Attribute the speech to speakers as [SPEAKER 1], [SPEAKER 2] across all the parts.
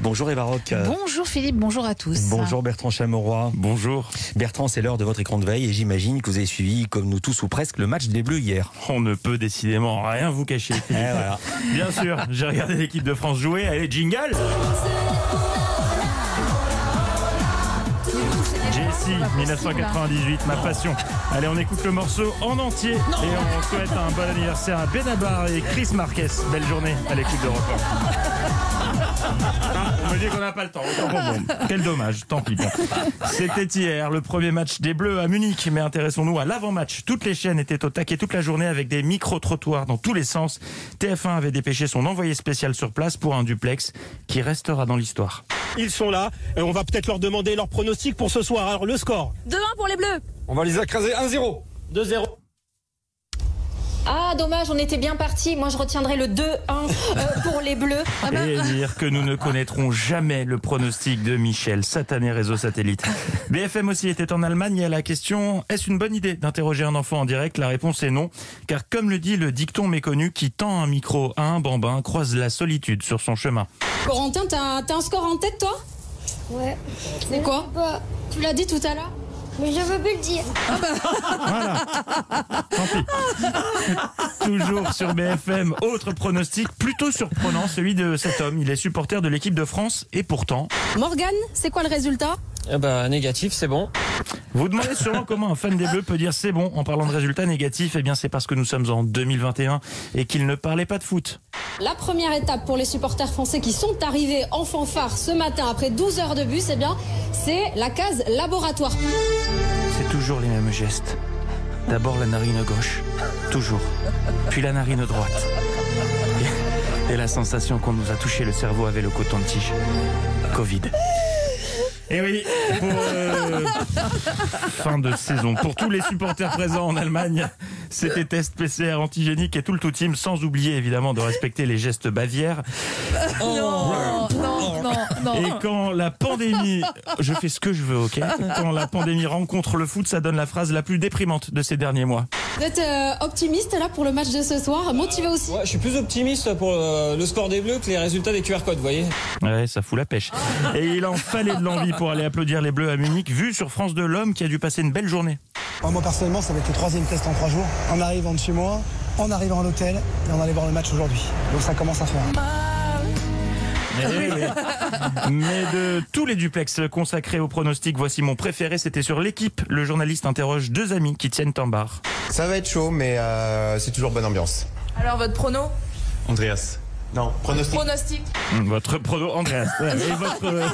[SPEAKER 1] Bonjour Eva Rock.
[SPEAKER 2] Bonjour Philippe, bonjour à tous.
[SPEAKER 1] Euh. Bonjour Bertrand Chamorroy.
[SPEAKER 3] Bonjour.
[SPEAKER 1] Bertrand, c'est l'heure de votre écran de veille et j'imagine que vous avez suivi, comme nous tous ou presque, le match des Bleus hier.
[SPEAKER 3] On ne peut décidément rien vous cacher.
[SPEAKER 1] Eh, voilà.
[SPEAKER 3] Bien sûr, j'ai regardé l'équipe de France jouer. Allez, jingle Jessie, 1998, ma passion. Allez, on écoute le morceau en entier et on souhaite un bon anniversaire à Benabar et Chris Marquez. Belle journée à l'équipe de record. On me dit qu'on n'a pas le temps. autant pour moi. Quel dommage, tant pis. C'était hier, le premier match des Bleus à Munich, mais intéressons-nous à l'avant-match. Toutes les chaînes étaient au taquet toute la journée avec des micro-trottoirs dans tous les sens. TF1 avait dépêché son envoyé spécial sur place pour un duplex qui restera dans l'histoire.
[SPEAKER 4] Ils sont là. Et on va peut-être leur demander leur pronostic pour ce soir. Alors, le score
[SPEAKER 5] 2-1 pour les Bleus.
[SPEAKER 6] On va les écraser 1-0.
[SPEAKER 4] 2-0.
[SPEAKER 5] Ah, dommage, on était bien parti. Moi, je retiendrai le 2-1 euh, pour les Bleus. Ah bah,
[SPEAKER 3] Et dire que nous ne connaîtrons jamais le pronostic de Michel, satané réseau satellite. BFM aussi était en Allemagne et à la question est-ce une bonne idée d'interroger un enfant en direct La réponse est non, car comme le dit le dicton méconnu qui tend un micro à un bambin croise la solitude sur son chemin.
[SPEAKER 7] Corentin, t'as t'as un score en tête, toi
[SPEAKER 8] Ouais.
[SPEAKER 7] C'est quoi
[SPEAKER 8] Bah,
[SPEAKER 7] Tu l'as dit tout à l'heure
[SPEAKER 8] mais je veux plus le dire.
[SPEAKER 3] Toujours sur BFM, autre pronostic plutôt surprenant, celui de cet homme. Il est supporter de l'équipe de France et pourtant,
[SPEAKER 7] Morgane, c'est quoi le résultat
[SPEAKER 9] Eh ben, négatif, c'est bon.
[SPEAKER 3] Vous demandez sûrement comment un fan des Bleus peut dire c'est bon en parlant de résultats négatifs. Eh bien, c'est parce que nous sommes en 2021 et qu'il ne parlait pas de foot.
[SPEAKER 7] La première étape pour les supporters français qui sont arrivés en fanfare ce matin après 12 heures de bus, eh bien, c'est la case laboratoire.
[SPEAKER 3] C'est toujours les mêmes gestes. D'abord la narine gauche, toujours. Puis la narine droite. Et la sensation qu'on nous a touché le cerveau avec le coton-tige. Covid. Et oui, pour, euh, fin de saison. Pour tous les supporters présents en Allemagne, c'était test PCR antigénique et tout le tout team, sans oublier évidemment de respecter les gestes bavières.
[SPEAKER 2] Non, non, non, non.
[SPEAKER 3] Et quand la pandémie, je fais ce que je veux, ok Quand la pandémie rencontre le foot, ça donne la phrase la plus déprimante de ces derniers mois.
[SPEAKER 7] Vous êtes euh, optimiste là pour le match de ce soir Motivé aussi
[SPEAKER 9] Ouais, je suis plus optimiste pour euh, le score des Bleus que les résultats des QR codes, vous voyez.
[SPEAKER 3] Ouais, ça fout la pêche. Et il en fallait de l'envie pour aller applaudir les Bleus à Munich, vu sur France de l'Homme qui a dû passer une belle journée.
[SPEAKER 10] Moi, personnellement, ça va être le troisième test en trois jours. En arrivant de chez moi, en arrivant à l'hôtel et en allant voir le match aujourd'hui. Donc ça commence à faire.
[SPEAKER 3] Mais de tous les duplex consacrés au pronostic, voici mon préféré, c'était sur l'équipe. Le journaliste interroge deux amis qui tiennent en barre.
[SPEAKER 11] Ça va être chaud, mais euh, c'est toujours bonne ambiance.
[SPEAKER 5] Alors, votre prono
[SPEAKER 11] Andreas. Non, pronostic.
[SPEAKER 5] Pronostic
[SPEAKER 3] Votre prono Andreas. Ouais, Et votre, euh,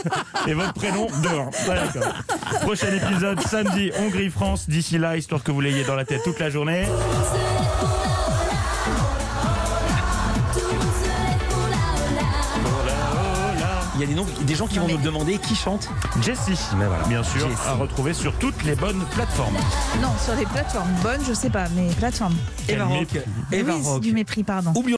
[SPEAKER 3] et votre prénom dehors. Prochain épisode samedi, Hongrie-France. D'ici là, histoire que vous l'ayez dans la tête toute la journée.
[SPEAKER 1] Il y a des, noms- des gens qui vont nous demander qui chante.
[SPEAKER 3] Jessie,
[SPEAKER 1] Mais voilà.
[SPEAKER 3] bien sûr, Ah,
[SPEAKER 1] Jessie.
[SPEAKER 3] à retrouver sur toutes les bonnes plateformes.
[SPEAKER 12] Non, sur les plateformes bonnes, je sais pas, mais plateformes.
[SPEAKER 3] Quel
[SPEAKER 1] Eva Rock.
[SPEAKER 3] mépris.
[SPEAKER 1] Eva
[SPEAKER 12] oui, c'est
[SPEAKER 1] Rock.
[SPEAKER 12] du mépris, pardon.